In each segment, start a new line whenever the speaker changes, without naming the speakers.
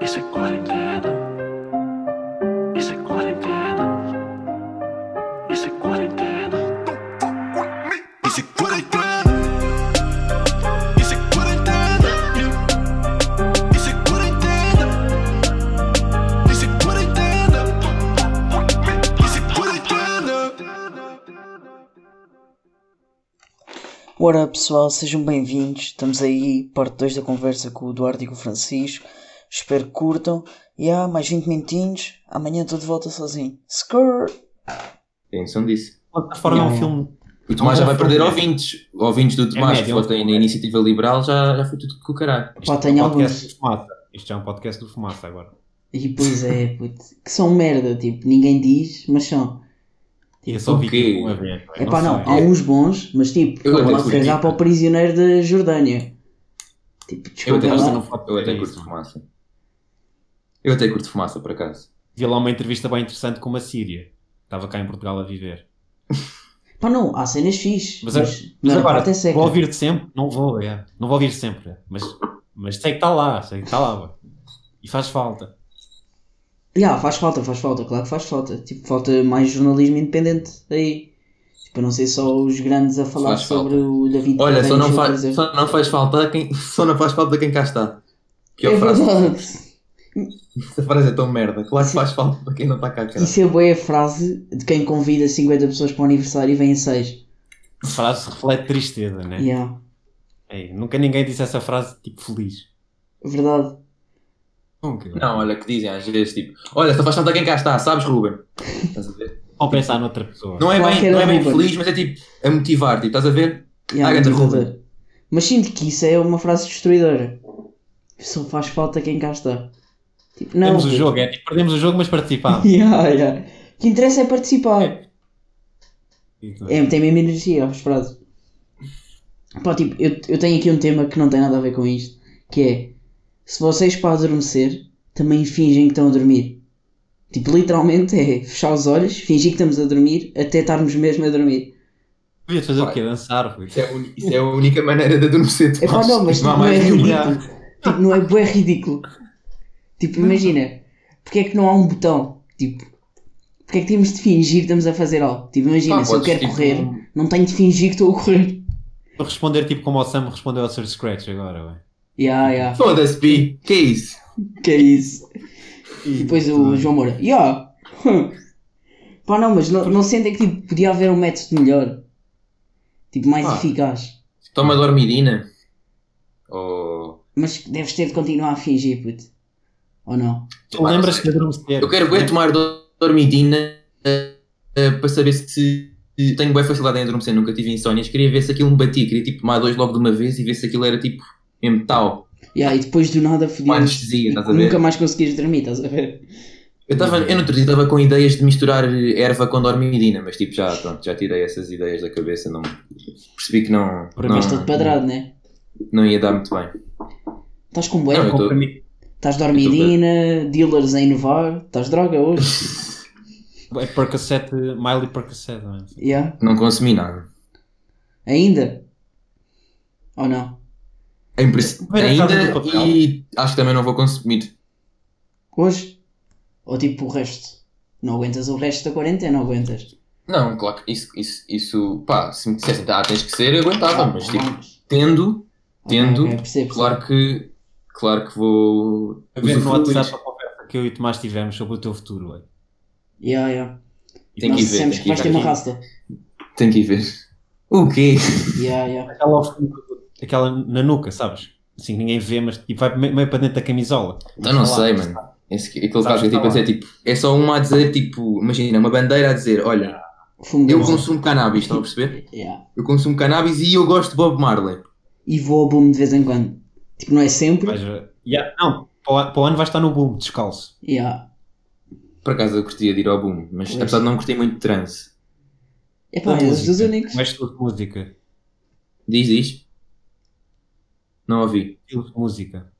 Isso é quarentena. Isso é quarentena. Isso é quarentena. Isso é quarentena. Isso é quarentena. Isso é quarentena. Isso é quarentena. Isso é quarentena.
Ora pessoal, sejam bem-vindos. Estamos aí, parte 2 da conversa com o Eduardo e com o Francisco. Espero que curtam. E há mais 20 minutinhos. Amanhã estou de volta sozinho. Skrrr!
Atenção disso.
Plataforma é um
Yeah,
filme.
O Tomás já vai perder ouvintes. Ouvintes
É
do Tomás,
média,
que
um
votem na iniciativa liberal, já, já foi tudo com o caralho.
Isto
Pá,
é um
tem
podcast
alguns.
do Fumaça. Isto já é um podcast do Fumaça agora.
E pois é, puto, que são merda, tipo, ninguém diz, mas são.
E eu só vi
o quê?
tipo, uma vez.
É pá, não,
sei.
há uns bons, mas tipo,
Eu até
vão lá
curti.
cagar para o prisioneiro da Jordânia. Tipo,
Eu até
desculpa
curto,
lá.
fumaça. Eu até
É
curto
isso.
fumaça. Eu até curto fumaça, por acaso.
Vi lá uma entrevista bem interessante com uma síria. Estava cá em Portugal a viver.
Pá, não, há cenas fixes.
Mas
Mas,
é-
não,
agora,
até seca.
vou ouvir-te sempre? Não vou, é. Não vou ouvir sempre. é. Mas, mas sei que está lá, sei que está lá. ué. E faz falta.
Ya, faz falta, faz falta, claro que faz falta. Tipo, falta mais jornalismo independente aí. Tipo, a não ser só os grandes a falar
Faz falta.
sobre o David
Olha,
Catarina
só não,
Silva,
faz,
por exemplo.
só não faz falta quem, só não faz falta quem cá está. Que
É
eu frase.
verdade.
Essa frase é tão merda. Claro que faz falta para quem não está cá. Cara.
Isso é boa a frase de quem convida 50 pessoas para o aniversário e vem 6.
A frase reflete tristeza, né?
Yeah,
É, nunca ninguém disse essa frase tipo feliz.
verdade.
Nunca.
Não, olha, que dizem às vezes, tipo, olha, só faz falta quem cá está, sabes, Ruben? Estás a ver?
Ou pensar noutra pessoa.
Não é
Qual que
bem,
era
não é bem
Ruben?
feliz, mas é tipo, a motivar, tipo, estás a ver?
Yeah,
Ah, grande
motivador.
Ruben.
Mas sinto que isso é uma frase destruidora. Só faz falta quem cá está. Tipo, não,
Temos o
puto.
jogo, é tipo, perdemos o jogo, mas participámos.
Yeah, yeah. O que interessa é participar. É, tem mesmo energia aos frases. Pá, tipo, eu, eu tenho aqui um tema que não tem nada a ver com isto. Que é, se vocês para adormecer, também fingem que estão a dormir. Tipo, literalmente é fechar os olhos, fingir que estamos a dormir, até estarmos mesmo a dormir.
Devia fazer o quê? Dançar? pô.
Isso é, a uni- isso é a única maneira de adormecer.
É pá,
Tomás.
não, mas
Não
tipo,
há
não é
mais
ridículo.
nenhuma.
Tipo, não é bué ridículo. Tipo, imagina, porque é que não há um botão? Tipo, porque é que temos de fingir que estamos a fazer algo? Tipo, imagina,
Pá,
se eu
podes,
quero
tipo,
correr, não tenho de fingir que estou a correr.
Vou responder tipo como o Sam respondeu ao Sir Scratch agora, ué.
Ya, ya,
Foda-se, Pi. Que é isso?
que é isso. E depois
Então,
o João Moura, yeah. Pá, não, mas não, não sentem que tipo, podia haver um método melhor, tipo, mais
Pá.
eficaz.
Toma dormidina. Ou...
Mas deves ter de continuar a fingir, puto. Ou não?
Tu lembras de adormecer?
Eu quero bué tomar do- dormidina eh, eh, para saber se se tenho boa facilidade em adormecer. Nunca tive insónias. Queria ver se aquilo me batia. Queria tipo tomar dois logo de uma vez e ver se aquilo era tipo mesmo tal.
Yeah, e depois do nada
Uma
fodias.
anestesia,
e
estás a ver?
Nunca mais conseguias dormir, estás a ver?
Eu, tava, eu no outro dia estava com ideias de misturar eh, erva com dormidina, mas tipo já, pronto, já tirei essas ideias da cabeça. Não, percebi que não,
Mas todo
não,
quadrado, né?
não ia dar muito bem.
Estás com
Não,
bué,
eu tô-
estás dormidina, dealers a inovar, estás droga hoje.
É Percocet, Miley Percocet, é? mano.
yeah.
não consumi nada.
Ainda? Ou não?
É impress-
Vai na
Ainda
casa do papel.
e acho que também não vou consumir.
Hoje? Ou tipo o resto? Não aguentas o resto da quarentena, não aguentas?
Não, claro que isso, isso, isso pá, se me dissessem, ah, tens que ser, eu aguentava, mas tipo, tendo, tendo,
Ok, percebo,
claro que, claro que vou.
A ver no
usufruir.
WhatsApp a conversa que eu e o Tomás tivemos sobre o teu futuro, ué.
percebo. Yeah, yeah.
Tem
Nós
que ir ver,
dissemos que
tem que ir
vais ter
ver.
uma rasta.
Tem que ir ver. O quê?
Yeah, yeah.
Aquela, ao fundo, aquela na nuca, sabes? Assim, que ninguém vê, mas tipo, vai me- meio para dentro da camisola.
Eu Então não
Está lá,
sei,
está.
mano. Esse, aquele
Sabes
caso é
que
tipo,
tá
a dizer, tipo, é só uma a dizer, tipo, imagina, uma bandeira a dizer, olha,
Fumo
eu
de maçã.
consumo cannabis, estão a perceber?
Yeah.
Eu consumo cannabis e eu gosto de Bob Marley.
E vou ao boom de vez em quando. Tipo, não é sempre.
Vais ver. Yeah, não, para o, ano- para o ano vais estar no boom, descalço.
Yeah.
Por acaso eu curtia de ir ao boom, mas
Pois.
apesar de não curtir muito de trance.
É pá,
Com
és dos
música.
únicos.
Com este estilo de música.
Diz, diz. Não ouvi.
Estilo de música.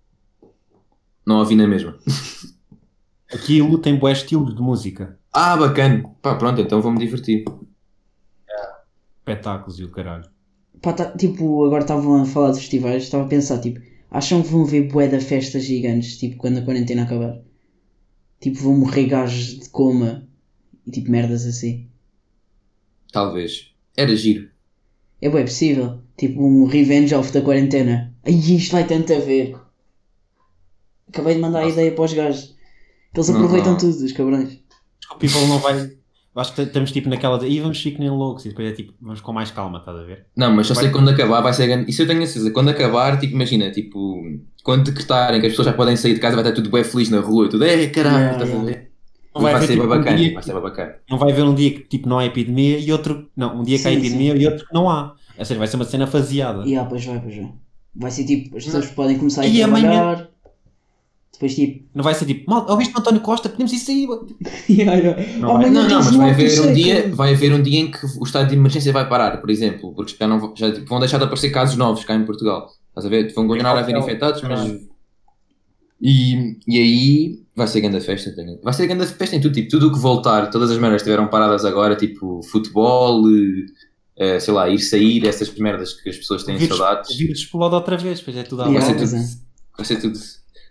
Não ouvi na mesma.
Aquilo tem bué estilos de música.
Ah, bacana. Pá, pronto, então vou-me divertir.
Espetáculos e o caralho.
Pá, tá- tipo, agora estavam a falar de festivais, estava a pensar, tipo, Acham que vão ver bué da festas gigantes, tipo, quando a quarentena acabar? Tipo, vão morrer gajos de coma e tipo merdas assim.
Talvez. Era giro.
É bué possível. Tipo, um revenge off da quarentena. Ai, isto vai tanto a ver. Acabei de mandar a ideia para os gajos. Que eles
Não,
aproveitam
não.
tudo, os cabrões.
Acho que o people não vai. Acho que estamos tipo naquela de. E vamos chico nem loucos. E depois é tipo, vamos com mais calma, estás a ver?
Não, mas só sei
Vai-
que quando acabar vai ser grande. Isso eu tenho a certeza. Quando acabar, tipo, imagina, tipo, quando decretarem que as pessoas já podem sair de casa, vai estar tudo bem feliz na rua, tudo, é caralho,
Yeah,
estás
yeah.
a ver?
Não
Vai,
haver,
ser
tipo,
bem bacana,
um dia,
vai ser bem bacana.
não vai haver um dia que tipo não há epidemia e outro. Não, um dia que há
Sim,
epidemia e outro que não há. Ou seja, vai ser uma cena faseada.
E ah, pois vai, pois vai. Vai ser tipo, as pessoas podem começar a
E
ir
amanhã-
trabalhar. Depois tipo.
Não vai ser tipo, mal, ouviste o António Costa, podemos ir sair. bué."
yeah, yeah.
Não vai.
Amanhã
Não, não,
tens
mas
um
vai
alto
haver um
seco.
dia, vai haver um dia em que o estado de emergência vai parar, por exemplo, porque já não vão- já, tipo, vão deixar de aparecer casos novos cá em Portugal. Estás a ver? Vão continuar a haver
Então,
infectados, mas. E, e aí vai ser grande festa, tenho- vai ser grande festa em tudo, tipo, tudo o que voltar, todas as merdas que estiveram paradas agora, tipo futebol, eh, eh, sei lá, ir sair, essas merdas que as pessoas têm
O vírus- O
saudades,
vírus explode outra vez, pois é tudo à
Yeah,
volta.
ser
pois
tudo-
é.
vai ser tudo.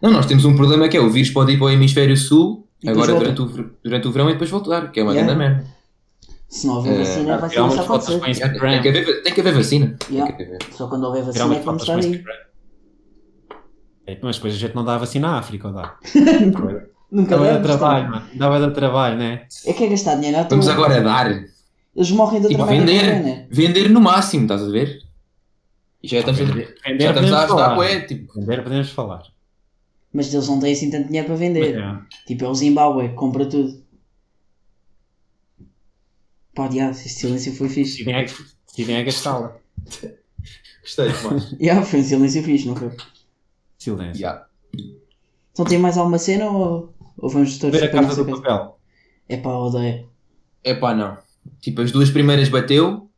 Não, nós temos um problema que é o vírus pode ir para o hemisfério sul,
E depois
agora
volta.
durante o, ver- durante o verão e depois voltar, que é uma
Yeah.
grande merda.
Se não houver
Eh,
vacina, vai ser
Tirar
isso
umas
a
fotos para o
acontecer.
Tem
Instagram.
que haver, tem que haver vacina.
é Yeah.
Tem que haver.
Só quando houver
Tirar
vacina é
umas
que vamos
fotos
estar
para o
aí.
Instagram. É, Mas depois a gente não dá a vacina à África, ou dá?
Nunca
Dá vai dar
vamos estar.
trabalho, mano. Dá vai dar trabalho, né?
É que é gastar dinheiro à toa.
Vamos agora dar.
Eles morrem de
Tipo,
outra maneira
vender.
também, né?
Vender no máximo, estás a ver? E já estamos,
Vender,
já estamos a
podemos
ajudar,
falar.
ué, tipo.
Vender podemos falar.
Mas eles não têm assim tanto dinheiro para
Mas,
vender.
é.
Tipo, é o Zimbábue, compra tudo. Pá, diabo, este silêncio foi fixe.
Decidem é- Decidem é gastá-la.
Gostei demais.
Já, foi um silêncio fixe, não foi?
Silêncio.
yeah.
Então tem mais alguma cena ou, ou vamos todos
Ver a
para nossa
casa
casa?
do papel.
É pá, odeio.
Epá, não. Tipo, as duas primeiras bateu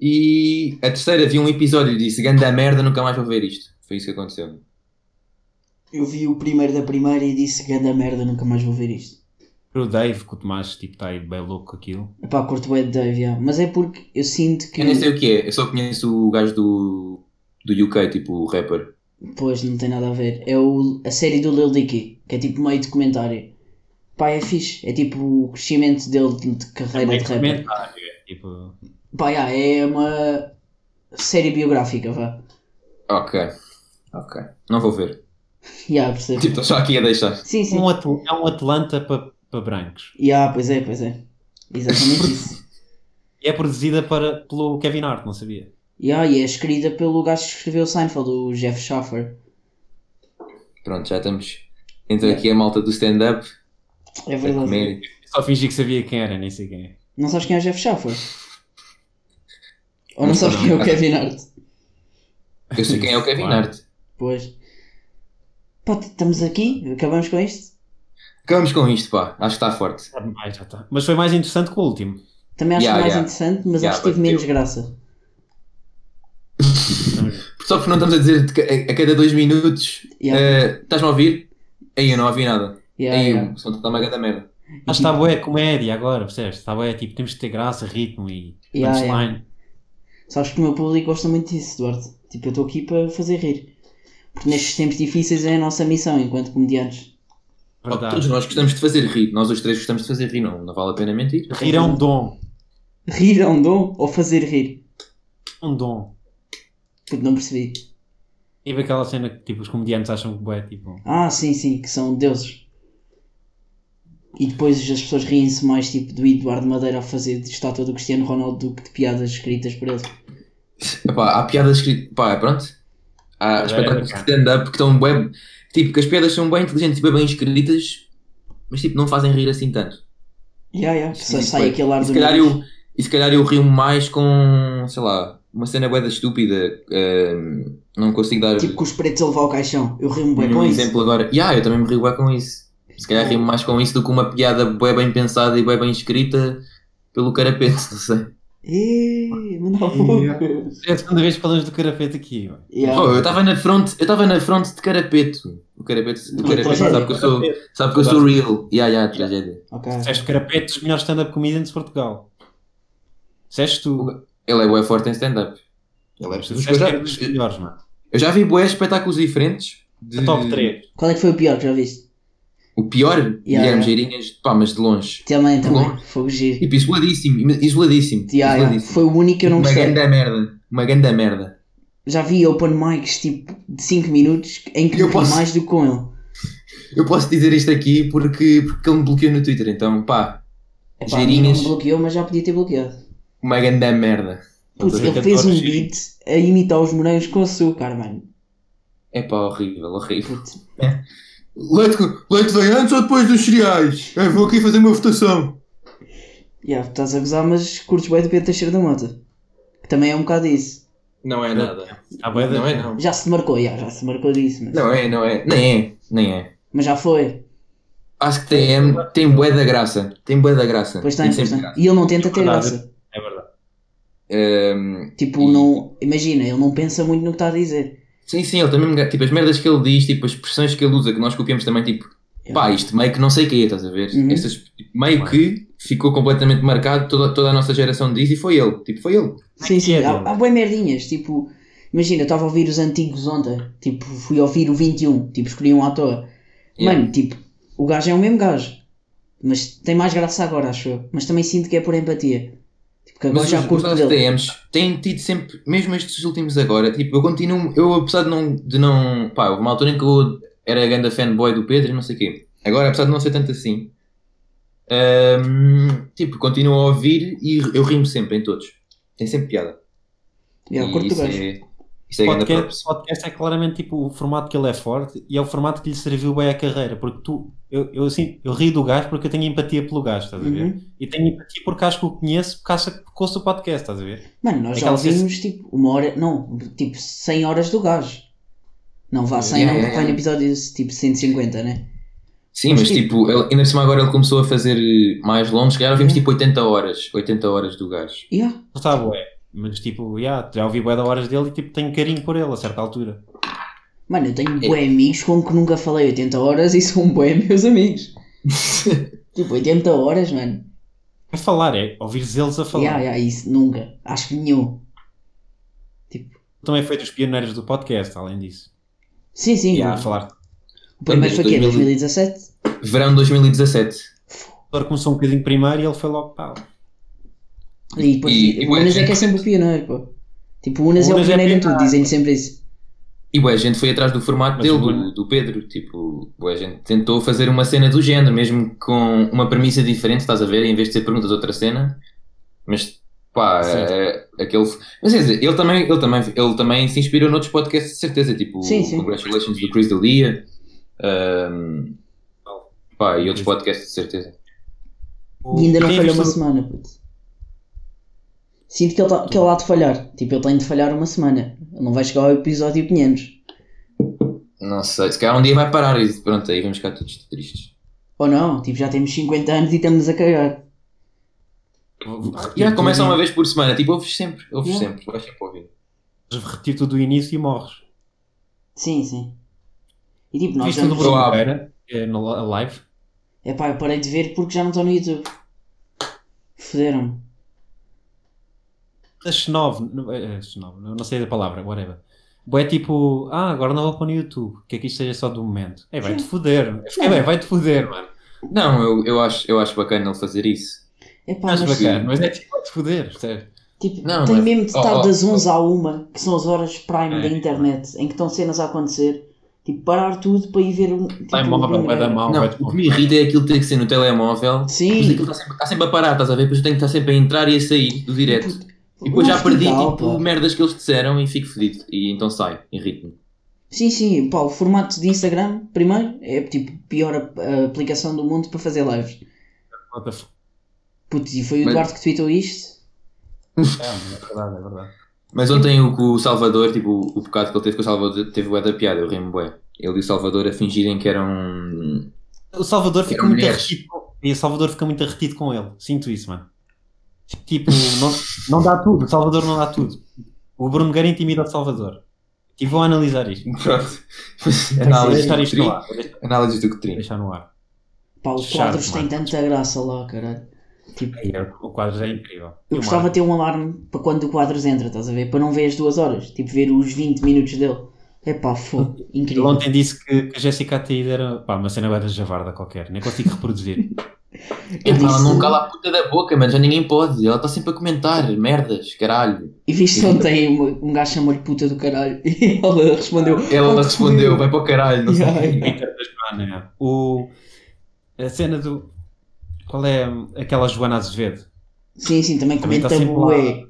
e a terceira vi um episódio e disse ganda merda, nunca mais vou ver isto. Foi isso que aconteceu.
Eu vi o primeiro da primeira e disse grande merda, nunca mais vou ver isto.
O Dave, que o Tomás tipo, está aí bem louco com aquilo.
É pá, curto bem de Dave, já. Mas é porque eu sinto que.
Eu nem sei o que é, eu só conheço o gajo do, do UK, tipo o rapper.
Pois, não tem nada a ver. É o, a série do Lil Dicky, que é tipo meio documentário. Pá, é fixe. É tipo o crescimento dele de- de carreira
É
de rapper.
documentário, é tipo,
Pá, já, é uma série biográfica, vá.
Ok. Ok. Não vou ver.
Já, percebo.
Tipo, estou só aqui a deixar.
Sim, sim.
um Atl- é um Atlanta para brancos.
Já, pois é, pois é. Exatamente isso.
E é produzida para, pelo Kevin Hart, não sabia?
Já, e é escrita pelo gajo que escreveu Seinfeld, o Jeff Schaffer.
Pronto, já estamos. Entra aqui a malta do stand-up.
É
a
verdade.
comer.
Só fingi que sabia quem era, nem sei quem é.
Não sabes quem é o Jeff Schaffer? Ou não
Não
sabes
sei,
quem é o
não.
Kevin Hart?
Eu sei quem é o Kevin
Claro.
Hart.
Pois. Pá, t- estamos aqui, acabamos com isto.
Acabamos com isto, pá. Acho que está forte.
Já demais, já tá. Mas foi mais interessante que o último.
Também acho
Já,
que mais
já.
interessante, mas
Já,
acho que tive
bateu.
menos graça.
Só porque não estamos a dizer de ca- a a cada dois minutos.
Já.
eh, Estás-me a ouvir? Aí eu não ouvi nada.
Já,
Aí
já.
o som está uma grande merda.
Mas está boa comédia agora, percebes? Está boa, tipo, temos de ter graça, ritmo e
Ya,
punchline.
Sabes que o meu público gosta muito disso, Eduardo. Tipo, eu estou aqui para fazer rir. Porque nestes tempos difíceis é a nossa missão enquanto comediantes.
Todos
Verdade.
nós gostamos de fazer rir. Nós os três gostamos de fazer rir. Não, não vale a pena mentir.
Rir é um dom.
Rir é um dom ou fazer rir?
Um dom.
Porque não percebi.
Tipo aquela cena que tipo, os comediantes acham que boé, tipo.
Ah, sim, sim, que são deuses. E depois as pessoas riem-se mais tipo do Eduardo Madeira a fazer de estátua do Cristiano Ronaldo do que de piadas escritas por ele.
Epá, há piadas escritas. Pá, pronto. Há
Mas
espetáculos de
era,
stand-up que estão bem. Tipo, que as piadas são bem inteligentes e bem, bem escritas, mas tipo, não fazem rir assim tanto.
Ya, ya, só
E
sai
depois-
aquele ar
e
do
se calhar
nariz.
eu E se calhar eu rio mais com, sei lá, uma cena bué da estúpida. ehm, não consigo dar
Tipo que os pretos a levar ao caixão. Eu rio-me bem
um
com isso. Hum.
exemplo agora. Yeah, eu também me rio bué com isso. Se calhar rio mais com isso do que uma piada bué bem pensada e bué bem escrita pelo carapete, não sei.
Ê, manda pouco.
É a segunda vez que falamos do carapete aqui. mano.
Ya.
Oh, eu estava na front, eu estava na front de carapeto. O carapeto, o carapeto
tragédia,
sabe que eu sou, sabe que eu sou real. Yeah, yeah, tragédia.
Ok.
Disseste carapete é dos melhores stand-up comedians de Portugal. Disseste tu.
Ele é bué forte em stand-up. Ele é
Disseste que era dos
eu,
melhores, mano.
Eu já vi boés espetáculos diferentes. De...
A top 3.
Qual é que foi o pior que já viste?
O pior,
yeah.
Guilherme Geirinhas, pá, mas de longe.
Também,
Bom.
também. Fogo giro.
Tipo, isoladíssimo, isoladíssimo.
Yeah, yeah.
isoladíssimo.
Foi o único que eu não
Uma
gostei.
grande merda. Uma grande merda.
Já vi open mics tipo de 5 minutos em que
Eu
eu
posso-
mais do que com ele.
Eu posso dizer isto aqui porque, porque ele me bloqueou no Twitter, então pá,
Epá,
Girinhas.
não me bloqueou, mas já podia ter bloqueado.
uma grande merda.
Putz,
Ele
ele fez um
cantou,
beat a imitar os morangos com açúcar, mano.
É pá, horrível, horrível.
Putz.
Leite, leite vem antes ou depois dos cereais? Eu vou aqui fazer uma votação.
Yeah, estás a gozar, mas curtes bem do Pedro Teixeira da Mota. Que também é um bocado isso.
Não é nada.
Há bué de-
Não é não.
Já se marcou, yeah, já se marcou disso, mas,
Não é, não é. Nem é, nem é.
mas já foi.
Acho que tem, tem bué da graça. Tem bué da graça.
Pois tem, pois
tem sempre
tem.
graça.
E ele não tenta ter
Verdade.
graça.
É verdade.
Ehm,
Tipo,
E-
não. Imagina, ele não pensa muito no que está a dizer.
sim, sim, ele também me ga- Tipo, as merdas que ele diz, tipo, as expressões que ele usa, que nós copiamos também, tipo, pá, isto meio que não sei o que é, estás a ver?
É. Uhum.
Essas, tipo, meio que ficou completamente marcado, toda, toda a nossa geração diz e foi ele. Tipo, foi ele.
Sim, sim,
é,
há,
Diogo?
há boas merdinhas. Tipo, imagina, eu estava a ouvir os antigos ontem. Tipo, fui ouvir o 21. Tipo, escolhi um à toa.
Yeah.
Mano, tipo, o gajo é o mesmo gajo. Mas tem mais graça agora, acho eu. Mas também sinto que é por empatia. Tipo, que agora
Mas
já
os, os
curto dele.
ATMs têm tido sempre, mesmo estes últimos agora, tipo, eu continuo, eu apesar de não, de não pá, houve uma altura em que eu era grande fanboy do Pedro e não sei o quê. Agora, apesar de não ser tanto assim, ahm, tipo, continuo a ouvir e eu rimo sempre em todos. Tem sempre piada.
Yeah,
E
curto do
isso
gajo.
é, isso é grande props.
podcast, podcast é claramente tipo o formato que ele é forte e é o formato que lhe serviu bem à carreira, porque tu eu, eu, assim, eu rio do gajo porque eu tenho empatia pelo gajo, estás a ver?
Uhum.
E tenho empatia porque acho que o conheço porque acho que ouço o podcast, estás a ver?
Mano, nós já
Aquela sensação-
ouvimos tipo uma hora. Não, tipo 100 horas do gajo. Não vá 100,
Yeah,
não,
yeah,
porque vai no
yeah.
episódio tipo 150, né?
Sim, mas,
Mas,
tipo, ele- ainda por cima agora ele começou a fazer eh, mais longos, se calhar
Uhum.
ouvimos tipo 80 horas, 80 horas do gajo.
Yeah.
Não sabe, ué. Mas tipo, yeah, já ouvi bué da horas dele e tipo tenho carinho por ele a certa altura.
Mano, eu tenho bué amigos com que nunca falei 80 horas e são bué meus amigos. tipo, 80 horas, mano.
É falar, é ouvires eles a falar.
Yeah, yeah, isso nunca. Acho que nenhum.
Também foi dos pioneiros do podcast, além disso.
Sim, sim.
Yeah, a
mano.
falar.
O primeiro foi o quê?
2000.
2017?
Verão de 2017.
O autor começou um bocadinho primeiro e ele foi logo pá.
E depois.
E- e
o
bué
Unas é
gente.
que é sempre o pioneiro, pô. Tipo, o Unas
O
é o
Unas é
pioneiro em
pioneiro.
tudo, dizem sempre isso.
E bué, a gente foi atrás do formato
Mas
dele,
o
do,
Bruno-
do Pedro. Tipo, bué, a gente tentou fazer uma cena do género, mesmo com uma premissa diferente, estás a ver? Em vez de ser perguntas, outra cena. Mas, pá,
Certo.
é- aquele. Mas quer dizer, ele também, ele, também, ele também se inspirou noutros podcasts, de certeza. Tipo,
Sim, sim.
o Congratulations do Chris D'Elia. Um, pá, e outros podcasts, de certeza.
o-
E ainda não
quem é
falhou uma
investiu-
semana, puto. Sinto que ele, tá, que ele há de falhar. Tipo, ele tem de falhar uma semana. Ele não vai chegar ao episódio 500.
Não sei, se calhar um dia vai parar e pronto, aí vamos ficar todos tristes.
Ou não, tipo, já temos 50 anos e estamos a cagar.
Vou- vou repetir
E já começa
tudo
uma vez por semana, tipo, ouves sempre, ouves
Yeah.
sempre, vais sempre ouvir.
e- Repetir tudo do início e morres.
Sim, sim. E tipo, nós
Viste o do
estamos...
Bruno
Olá.
Nogueira eh, no a live?
É pá, eu parei de ver porque já não estou no YouTube. Foderam-me.
A X9, não- eh, eh, X9, não não sei a palavra, whatever. Bué tipo, ah, agora não vou pôr no YouTube, que é que isto seja só do momento. É, vai-te foder, Eu fiquei, "Ué, vai-te foder, mano.
Não, eu, eu, acho, eu acho bacana ele fazer isso.
É pá,
Mas,
mas
bacana, mas é tipo, vai-te foder, sério.
tipo,
Não,
tenho
mas-
mesmo de estar
Oh, oh,
das
oh.
11 à 1, que são as horas prime
É,
da internet, em que estão cenas a acontecer. Tipo, parar tudo para ir ver um. Tipo,
Vai
o
móvel,
Bruno
vai dar
Guerra.
mal,
Não,
vai-te
o que me
foder.
irrita é aquilo ter que ser no telemóvel. Mas
Sim,
aquilo está sempre, tá sempre a parar, estás a ver? Depois eu tenho que estar sempre a entrar e a sair do direto. E depois já
Não,
perdi
legal,
tipo
pá.
merdas que eles disseram e fico fedido. E então sai, irrita-me.
Sim, sim, pá, o formato de Instagram, primeiro, é tipo a pior ap- a aplicação do mundo para fazer lives.
What the fuck?
Putz, e foi o
Mas-
Eduardo que tweetou isto.
É, mano, é verdade, é verdade.
Mas ontem o, com o Salvador, tipo, o bocado que ele teve com o Salvador, teve bué da piada, eu rimo bué. Ele e o Salvador a fingirem que eram.
O Salvador fica
Eram
muito
mulheres.
arretido com- e o Salvador fica muito arretido com ele, sinto isso, mano. Tipo, não, não dá tudo, o Salvador não dá tudo. O Bruno Nogueira intimida o Salvador. E vou analisar isto.
Pronto.
Vou
Análises
deixar
do
isto no
Cotrim.
ar, vou deixar-
Análises do
vou
Cotrim.
deixar no ar.
Pá, os
Chato,
quadros têm
mano.
tanta graça lá, caralho. Tipo,
Aí, O quadro já é incrível. E
Eu
o
gostava
Marco?
de ter um alarme para quando o quadros entra, estás a ver? Para não ver as duas horas, tipo ver os 20 minutos dele. É pá, fogo.
Eu
Incrível.
ontem disse que, que a Jéssica Ataíde era pá, uma cena bué da javarda qualquer, nem consigo reproduzir.
Eu
Ela
disse-
não cala a puta da boca, mano, já ninguém pode. Ela está sempre a comentar merdas, caralho.
E viste ontem uma- um gajo chamou-lhe puta do caralho. E ela respondeu.
Ela
"Oh,
não
que
respondeu,
fudeu."
vai para o caralho, não sei.
Yeah, yeah.
Twitter da Joana, é. o, a cena do. Qual é hum, aquela Joana Azevedo?
Sim, sim, também
Também
comenta
tá sempre lá.
bué.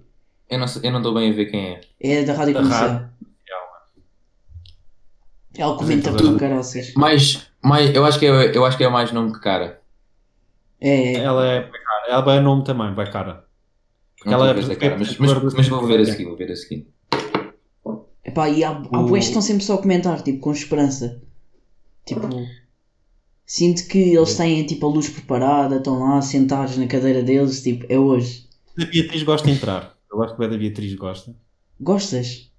Eu não, sei- eu não estou bem a ver quem é.
É da Rádio
Da
Comercial. Ela comenta
Apresentadora.
tudo, caraças.
Mas, mas eu, acho que é, eu acho que é mais nome que cara.
É, é.
Ela é bué cara. Ela é nome também, vai cara. Porque
Não
ela
estou a ver essa
é
cara, mas, mas, mas vou ver a seguir, vou ver a seguir.
Epá, e há, há
O-
bués que estão sempre só a comentar, tipo, com esperança. Tipo. Sinto que eles
É.
têm tipo a luz preparada, estão lá sentados na cadeira deles, tipo, é hoje.
A Beatriz gosta de entrar. Eu acho que a da Beatriz gosta.
Gostas?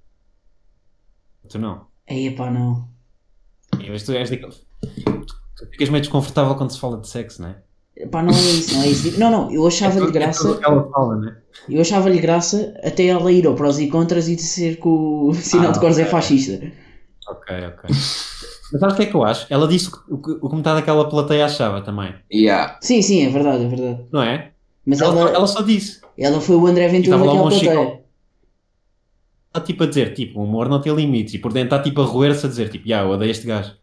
Tu não.
Aí, epá, não.
Mas tu és daquele. Tu ficas meio desconfortável quando se fala de sexo, não é?
Epá, não é isso, não é isso. Não, não, eu
É
achava-lhe
tudo- é tudo
graça.
o que ela fala, né?
Eu achava-lhe graça até ela ir ao prós e contras e dizer que o sinal
Ah,
de cores é
ok.
fascista.
Ok, ok. Mas sabes o que é que eu acho? Ela disse o que, o que, o que metade daquela plateia achava também,
Yeah.
Sim, sim, é verdade, é verdade.
não é?
Mas
Ela,
ela,
ela só disse.
ela foi o André Ventura
E tava lá um
daquela
o Monchico.
plateia.
Está tipo a dizer, tipo, o humor não tem limites e por dentro está tipo a roer-se a dizer, tipo, já, eu odeio este gajo.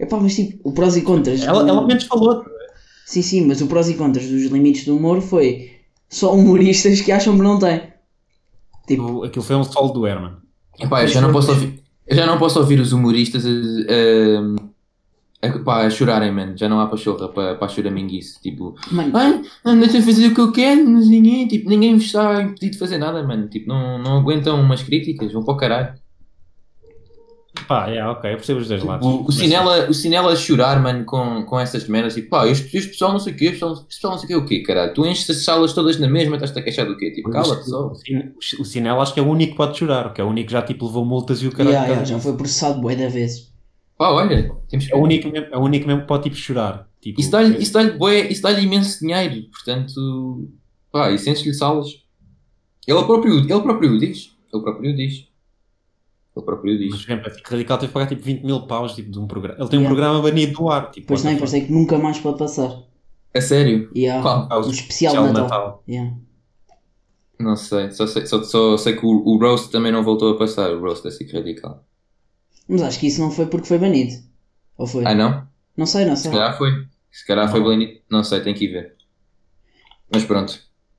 Epá, mas tipo, o prós e contras.
Ela,
do-
ela ao menos falou.
Sim, sim, mas o prós e contras dos limites do humor foi só humoristas que acham que não têm. Tipo,
Tipo, aquilo foi um solo do Herman.
Epá, eu já não posso ouvir. Eu já não posso ouvir os humoristas a, a, a- pá, a chorarem, mano. Já não há pachorra para para a choraminguice. Tipo,
Hum. Ah,
mano,
ai, andei a fazer o que eu quero, mas ninguém, tipo, ninguém vos está impedido de fazer nada, mano. Tipo, não, não aguentam umas críticas, vão para o caralho.
Pá, é, ok, eu percebo os dois lados.
O, o,
Mas-
Sinela, o Sinela a chorar, mano, com, com essas merdas. Tipo, pá, este, este pessoal não sei o quê, este pessoal, este pessoal não sei o quê, o quê, caralho? Tu enches as salas todas na mesma, estás-te a queixar do quê? Tipo, cala-te só.
O Sin- O Sinela acho que é o único que pode chorar, que é o único que já tipo levou multas e o caralho.
yeah,
por
yeah,
causa
já
disso.
foi processado bué da vez.
Pá, olha, temos que...
É o único mesmo, é o único mesmo que pode tipo chorar. Tipo,
Isso dá-lhe isso dá-lhe bué- isso dá-lhe imenso dinheiro, portanto, pá, e sentes-lhe salas. Ele próprio, ele próprio o diz, ele próprio o diz. Ele próprio o
Mas,
diz.
por exemplo, a Tica Radical teve que pagar tipo 20 mil paus tipo, de um programa. Ele tem um
Yeah.
programa banido do ar. Tipo,
Pois
what
não,
the
e parece que nunca mais pode passar.
A sério?
Yeah.
Qual?
fuck?
Um especial
Especial
de
de
Natal.
Natal.
Yeah.
Não sei, só sei, só, só sei que o, o Roast também não voltou a passar, o Roast da SIC Radical.
Mas acho que isso não foi porque foi banido. Ou foi?
Ah não?
Não sei, não sei.
Se calhar foi. Se calhar foi
Não.
banido, não sei, tem que ir ver. Mas pronto.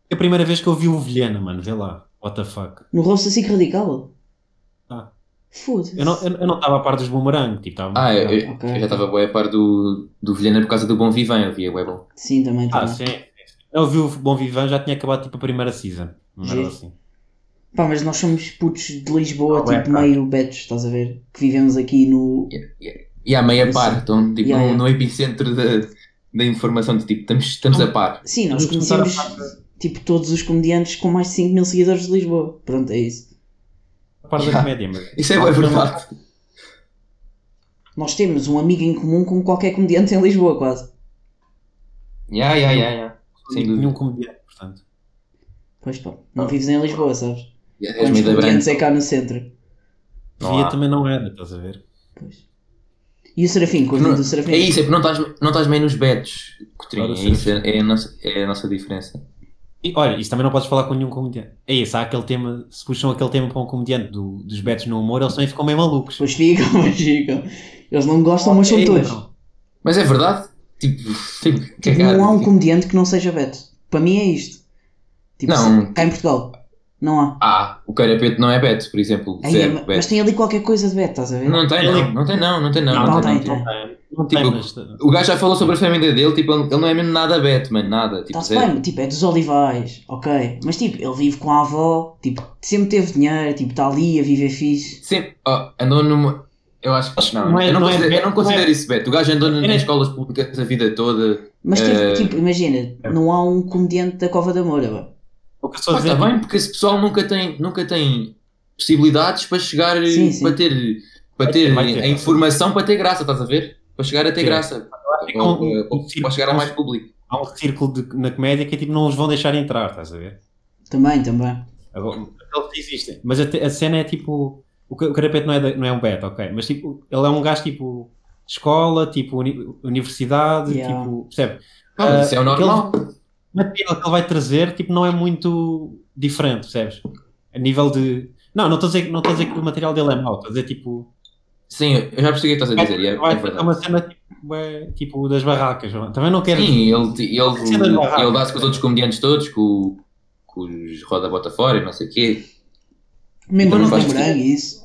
É a primeira vez que eu vi o Vilhena, mano. Vê lá. What the fuck.
No rosto assim que radical?
Ah.
Foda-se.
Eu não estava eu, eu não estava a par dos boomerang. Tipo, estava
Ah, eu, eu-
Ok.
eu já estava bué a par do, do Vilhena por causa do Bom Vivem, eu via bué bom.
Sim, também.
Ah,
também.
sim. Eu vi o Bom Vivan, já tinha acabado tipo a primeira season. Não
Giro.
era assim.
Pá, mas nós somos putos de Lisboa,
Ah, bem,
tipo
pá.
meio betos, estás a ver? Que vivemos aqui no.
E à meia
Isso.
par, estão tipo,
Yeah,
no,
yeah.
no epicentro da, da informação de tipo, estamos, estamos a par.
Sim, nós
Vamos começar
conhecemos
a parte-
tipo todos os comediantes com mais de 5 mil seguidores de Lisboa. Pronto, é isso.
a par da comédia, mas. tipo,
Isso é boa verdade.
Nós temos um amigo em comum com qualquer comediante em Lisboa, quase.
Yeah, yeah, yeah, yeah. Sem
Tipo,
dúvida.
nenhum comediante, portanto.
Pois pá, não vives em Lisboa, sabes?
Yeah, Ah.
Os
és meio da branca.
comediantes é cá no centro.
Não
Via
há.
também não era, estás a ver?
Pois. E o Serafim,
Não,
coitado do Serafim.
É isso, é porque não estás, não estás meio nos betos, Coutinho.
Claro,
É
sim.
isso, é, é a nossa, é a nossa diferença.
E olha, isso também não podes falar com nenhum comediante. É isso, há aquele tema. Se puxam aquele tema para um comediante do- dos betos no humor, eles também ficam meio malucos.
Pois ficam, pois ficam. Eles não gostam, mas são
É,
todos.
não.
Mas é verdade? Tipo, tipo,
Tipo,
cagar,
não há um
tipo,
comediante que não seja Beto. Para mim é isto. Tipo,
Não.
se- cá em Portugal. Não há.
Ah, o Carapeto não é beto, por exemplo.
Aí, é
Zero
mas, mas
beto.
tem ali qualquer coisa de Beto, estás a ver? Tipo,
Não tem, não. Não tem, não. Não tem, é não.
Não,
não
não
tem,
tem,
não
tem.
Não tem,
Tipo,
mas- eh,
tem. O gajo já falou sobre a família dele, tipo, ele ele não é mesmo nada beto, mano. Nada. Tipo,
Está-se
zero.
bem, tipo, é dos olivais, ok. Mas tipo, ele vive com a avó, tipo, sempre teve dinheiro, tipo, está ali a viver fixe.
Sempre. ó, andou numa. Eu acho que. Não,
não é-
eu, não
não é
considero,
bet-
eu não considero
não é-
isso beto. O gajo andou nas
É.
escolas públicas a vida toda.
Mas teve,
Eh,
tipo, imagina, não há um comediante da Cova da Moura, bá.
O que eu estou a
Mas
dizer
está bem, porque esse pessoal nunca tem, nunca tem possibilidades para chegar.
Sim, sim.
Para ter, para
Vai
ter,
ter, vai ter.
a informação para ter graça, estás a ver? Para chegar a ter
Sim.
graça.
que é
Ou,
um-
eh,
um
ou-
círculo-
para chegar a mais público.
há um círculo de- na comédia que é tipo, não os vão deixar entrar, estás a ver?
Também, também.
Agora, eles existem. Mas a, te- a cena é tipo, O, Ca- o Carapete não é, da- não é um beta, ok. Mas tipo, ele é um gajo tipo escola, tipo uni- universidade,
Yeah.
tipo. Percebe?
Não, mas isso é o
aquele-
normal.
O material que ele vai trazer tipo, não é muito diferente, percebes? A nível de. Não, não estou a dizer, não estou a dizer que o material dele é mau, estou a dizer tipo.
Sim, eu já percebi o que estás a dizer. e É,
vai
é
fazer
verdade.
uma cena tipo, é, tipo das barracas. não é? Também não quero.
Sim, ele,
Sim, mas não é
ele, ele dá-se com os outros comediantes todos, com, com os Roda Bota Fora e não sei o quê.
Mesmo
Mas
não
não
tem
faz
morango e isso.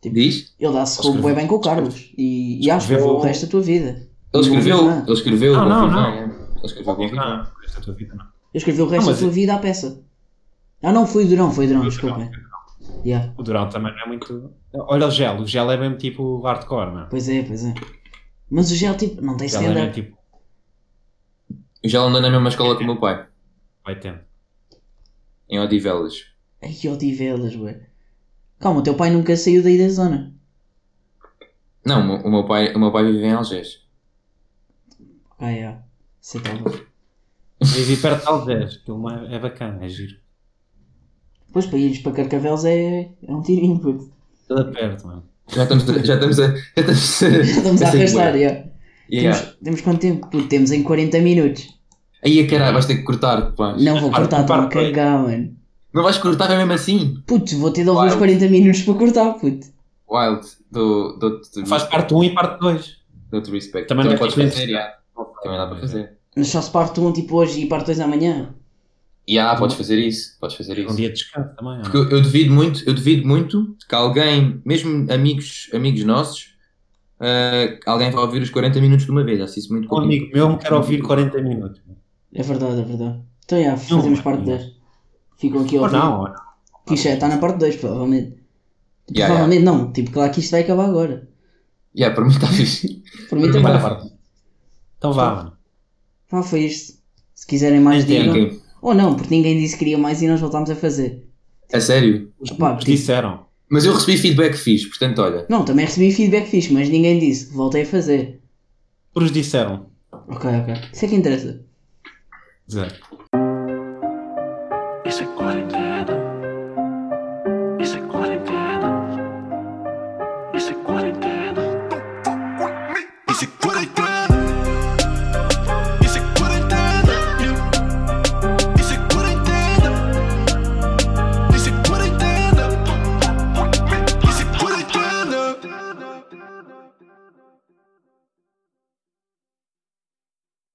Tipo,
Diz?
Ele dá-se
Escreveu.
com bué bem com o Carlos. E, e acho que
Escreveu.
o resto da tua vida.
Ele escreveu,
Não, não.
ele escreveu
Não,
o
Ah, não,
Bom
não.
Vivan, é. Ele escreveu o Bom Vivan.
Não, esta tua vida não.
Eu escrevi o resto
Ah, mas
da tua
eu-
vida à peça. Ah não, foi o Durão, foi o Durão,
Foi o
desculpa. Yeah.
O Durão também não é muito. Olha o gel, o gel é mesmo tipo hardcore, não é?
Pois é, pois é. Mas o gel tipo, não tem
O gel é mesmo
stand-up.
tipo.
Eu já andei na mesma escola que o meu pai,
Vai tendo.
em Odivelas.
Ai que odivelas, ué. Calma, o teu pai nunca saiu daí da zona.
Não, o meu- o meu pai, o meu pai vive em Algés.
Ah, é. Você tá bom.
Vivi perto de Algés, aquilo é, é bacana, é giro.
Pois para ires para Carcavelos é, é um tirinho, puto.
Tudo é perto, mano.
Já estamos, já estamos a. Já estamos a,
Já Estamos a
é
ser
arrastar,
bué.
yeah.
Yeah.
Temos, temos quanto tempo? Puto, temos em 40 minutos.
Aí, caralho, vais ter que cortar, pá.
Não vou
Para-
cortar, estou a
para-
cagar, mano.
Não vais cortar, é mesmo assim.
Puto, vou ter de ouvir os
Uau.
40 minutos para cortar, puto.
Wild, dou- dou-te
Faz parte 1 e parte 2.
dou-te respect.
Também
Também
é dá
podes
para
fazer, yeah. Também dá para fazer.
Mas só se parte um tipo hoje e parte dois amanhã.
Yeah, podes
Uhum.
fazer isso, podes fazer
Um
isso.
dia de descanso também.
Porque eu, eu duvido muito, eu duvido muito que alguém, mesmo amigos, amigos nossos, ah, alguém vai ouvir os 40 minutos de uma vez. Acho isso muito
Um
pouco.
amigo meu me quer ouvir 40 minutos.
É verdade, é verdade. Então, já, fazemos parte
não.
10. Ficam aqui
Ou
ao
não, ou não.
Que isto é, está na parte 2, provavelmente.
Yeah,
provavelmente não. Tipo, claro que isto vai acabar agora.
Yeah, para mim está fixe.
Por mim
Para mim
também.
está farto.
Então vá, mano.
Pá, foi isto. Se quiserem mais,
Ninguém-
digam.
Ninguém-
Ou não, porque ninguém disse que queria mais e nós voltámos a fazer.
A sério.
Os
Pá,
putos
tipo-
disseram.
Mas eu recebi feedback fixe, portanto, olha.
Não, também recebi feedback fixe, mas ninguém disse. Voltei a fazer.
Os disseram.
Ok, ok. Isso é que interessa.
Zero.
Isso é quarentena. é